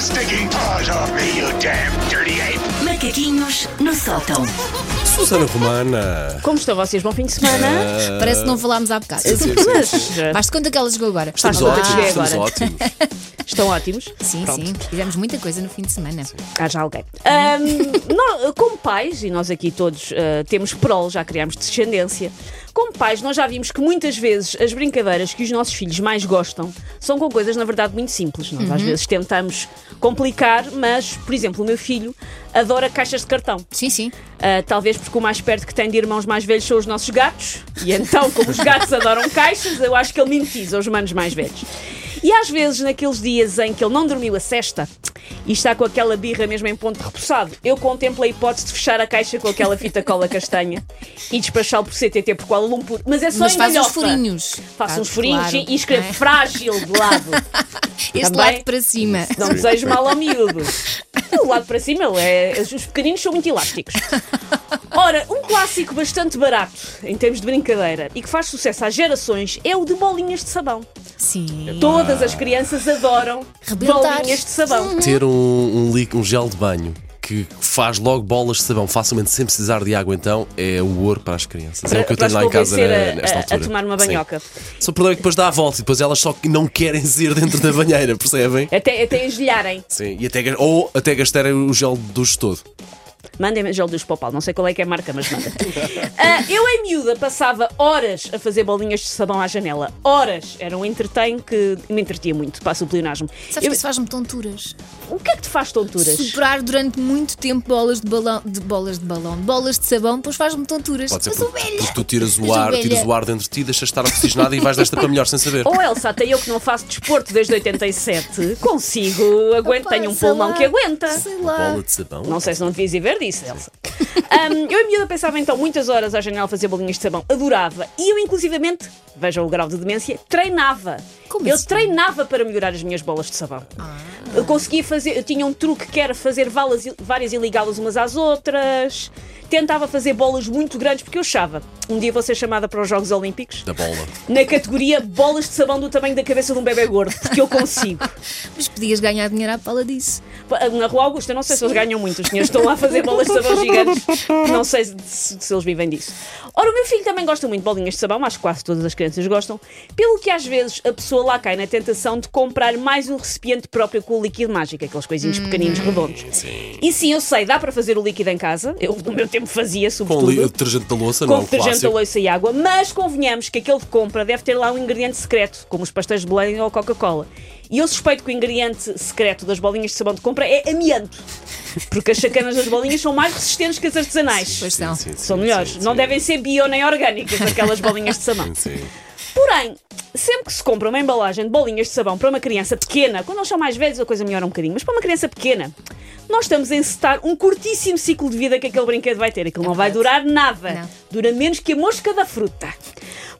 stinking paws off me, you damn dirty ape! Macaquinhos no sótão. Susana Romana. Como estão vocês? Bom fim de semana. Parece que não falámos há bocado. Ah, sim, Mas eh, Faz-te conta é que ela jogou agora. Estamos Faz-te conta ótimos, que cheguei estamos agora. ótimos. Estão ótimos. Sim, Pronto. sim. Fizemos muita coisa no fim de semana. Ah, já alguém. Ahm, nó- como pais, e nós aqui todos ah, temos prole, já criámos descendência, como pais, nós já vimos que muitas vezes as brincadeiras que os nossos filhos mais gostam são com coisas, na verdade, muito simples. Nós Uhum. às vezes tentamos complicar, mas, por exemplo, o meu filho adora caixas de cartão. Sim, sim. Ah, talvez porque o mais perto que tem de irmãos mais velhos são os nossos gatos, e então, como os gatos adoram caixas, eu acho que ele mimetiza os manos mais velhos. E às vezes, naqueles dias em que ele não dormiu a cesta e está com aquela birra mesmo em ponto repousado, eu contemplo a hipótese de fechar a caixa com aquela fita cola castanha e despachá-lo por CTT por Kuala Lumpur. Mas é só Mas em faz uns galhofa. furinhos. Faço Faz, uns furinhos claro. sim, e escrevo É. frágil de lado. Este Também- lado para cima. Não desejo mal ao miúdo. O lado para cima, ele é, os pequeninos são muito elásticos. Ora, um clássico bastante barato, em termos de brincadeira, e que faz sucesso às gerações, é o de bolinhas de sabão. Sim. Todas Ah. as crianças adoram Rebentar. bolinhas de sabão. Ter um, um, li- um gel de banho que faz logo bolas de sabão facilmente sem precisar de água, então é o ouro para as crianças. é o que eu Para- tenho para lá em casa convencer na- a- nesta a- altura. A tomar uma Sim. banhoca. Só o problema é que depois dá a volta e depois elas só que não querem sair dentro da banheira, percebem? Até, até engelharem. Sim, e até, ga- ou até gastarem o gel do todo. Mandem gel dos Popal, não sei qual é que é a marca, mas manda. Ah, eu, em miúda, passava horas a fazer bolinhas de sabão à janela. Horas! Era um entretém que me entretia muito, passo o pleonasmo. Sabes Eu- que isso faz-me tonturas? O que é que te faz tonturas? Superar durante muito tempo bolas de balão, de bolas de balão, bolas de sabão, depois faz-me tonturas. Pode ser Mas porque, sou velha. porque tu tiras Eu o é- sou ar, velha. tiras o ar dentro de ti, deixas estar oxigenado e vais desta para melhor sem saber. Ou Elsa, até eu que não faço desporto desde 87, consigo, aguento, Opa, tenho um sei pulmão lá, que aguenta. Sei lá. Bola de sabão. Não sei se não devias ir ver disso, Elsa. Ahm, eu, em miúda, pensava então muitas horas à janela fazer bolinhas de sabão. Adorava. E eu, inclusivamente, vejam o grau de demência, treinava. Como eu assim? Ah. treinava para melhorar as minhas bolas de sabão. Eu conseguia fazer, eu tinha um truque que era fazer valas e- várias e ligá-las umas às outras. Tentava fazer bolas muito grandes, porque eu achava. Um dia vou ser chamada para os Jogos Olímpicos Da bola. na categoria bolas de sabão do tamanho da cabeça de um bebê gordo, porque eu consigo. Mas podias ganhar dinheiro à pala disso. Na Rua Augusta, não sei se eles ganham muito, os senhores estão lá a fazer bolas de sabão gigantes, não sei se, se eles vivem disso. Ora, o meu filho também gosta muito de bolinhas de sabão, acho que quase todas as crianças gostam, pelo que às vezes a pessoa lá cai na tentação de comprar mais um recipiente próprio com o líquido mágico, aqueles coisinhos Hum. pequeninos redondos. E sim, eu sei, dá para fazer o líquido em casa, eu no meu tempo fazia, Com sobretudo li- o detergente da louça, não é com um detergente, clássico. louça e água, mas convenhamos que aquele de compra deve ter lá um ingrediente secreto, como os pastéis de Belém ou a Coca-Cola. E eu suspeito que o ingrediente secreto das bolinhas de sabão de compra é amianto, porque as chacanas das bolinhas são mais resistentes que as artesanais. Pois são. Sim, sim, São melhores. sim, Não sim. devem ser bio nem orgânicas aquelas bolinhas de sabão. Sim. Porém, sempre que se compra uma embalagem de bolinhas de sabão para uma criança pequena, quando eles são mais velhos a coisa melhora um bocadinho, mas para uma criança pequena, nós estamos a encetar um curtíssimo ciclo de vida que aquele brinquedo vai ter. Aquilo não vai durar nada. Não. Dura menos que a mosca da fruta.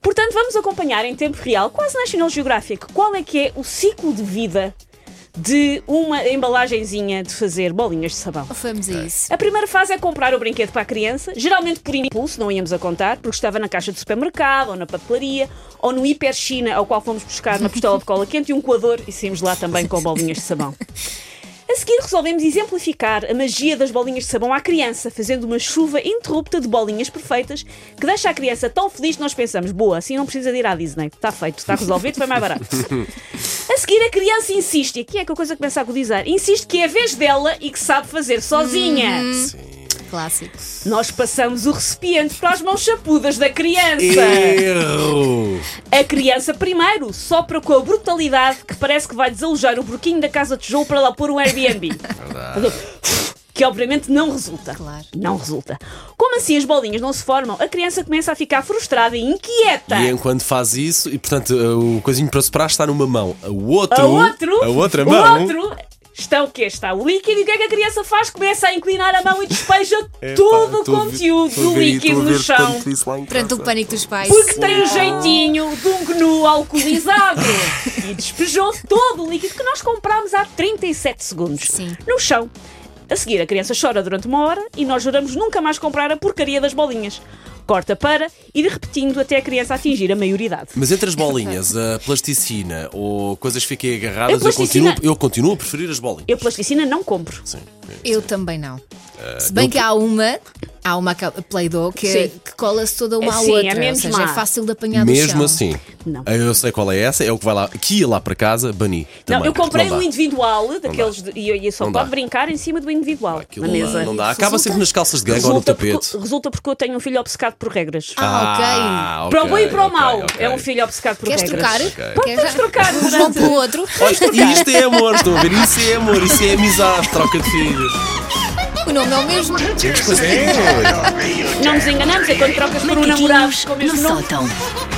Portanto, vamos acompanhar em tempo real, quase National Geographic, qual é que é o ciclo de vida de uma embalagenzinha de fazer bolinhas de sabão. Vamos a isso. A primeira fase é comprar o brinquedo para a criança, geralmente por impulso, não íamos a contar, porque estava na caixa de supermercado, ou na papelaria, ou no Hiper China, ao qual fomos buscar uma pistola de cola quente e um coador, e saímos lá também com bolinhas de sabão. A seguir resolvemos exemplificar a magia das bolinhas de sabão à criança, fazendo uma chuva interrupta de bolinhas perfeitas que deixa a criança tão feliz que nós pensamos, boa, assim não precisa de ir à Disney. Está feito, está resolvido, foi mais barato. A seguir a criança insiste, e aqui é que a coisa começa a agudizar, insiste que é a vez dela e que sabe fazer sozinha. Clássico. Nós passamos o recipiente para as mãos chapudas da criança. Erro! A criança primeiro sopra com a brutalidade que parece que vai desalojar o burquinho da casa de tijolo para lá pôr um Airbnb. Que obviamente não resulta. Claro. Não resulta. Como assim as bolinhas não se formam? A criança começa a ficar frustrada e inquieta. E enquanto faz isso, e portanto eh, o coisinho para superar está numa mão. O outro. A outro, A outra o mão. outro, está o quê? Está o líquido e o que é que a criança faz? Começa a inclinar a mão e despeja todo o conteúdo do líquido no chão. Perante É. o pânico dos pais. Porque tem o jeitinho de um gnu alcoolizado e despejou todo o líquido que nós comprámos há 37 segundos Sim. no chão. A seguir, a criança chora durante uma hora e nós juramos nunca mais comprar a porcaria das bolinhas. corta para ir repetindo até a criança atingir a maioridade. Mas entre as bolinhas, a plasticina ou coisas que fiquem agarradas, A eu continuo, plasticina- eu continuo a preferir as bolinhas. Eu plasticina não compro. Sim. Eu também não. Eh, Se bem que há uma, há uma ca- Play-Doh que, Sim. que cola-se toda uma à Sim, é outra. menos ou seja, má. é fácil de apanhar do Mesmo chão. assim, Não. eu sei qual é essa, é o que vai lá, que ia lá para casa, bani. Não, também, eu comprei porque não um dá. individual daqueles de- e, e só Não pode dá. brincar em cima do individual Aquilo na não dá, mesa. não dá. Acaba Resulta- sempre nas calças de gangue ou no Resulta, porque, tapete. resulta porque eu tenho um filho obcecado por regras. Ah, para o bem e ok, para o ok, mau. ok. É um filho obcecado por Queres regras. trocar? Ok. Queres trocar Um durante- bom para o outro. Olha, isto é amor, estão a ver? Isso é amor, isso é amizade, troca de filhos. O nome é o mesmo. Just the thought of you Não nos enganamos, é quando trocas por um namorado Macaquinhos com o no mesmo nome. sótão.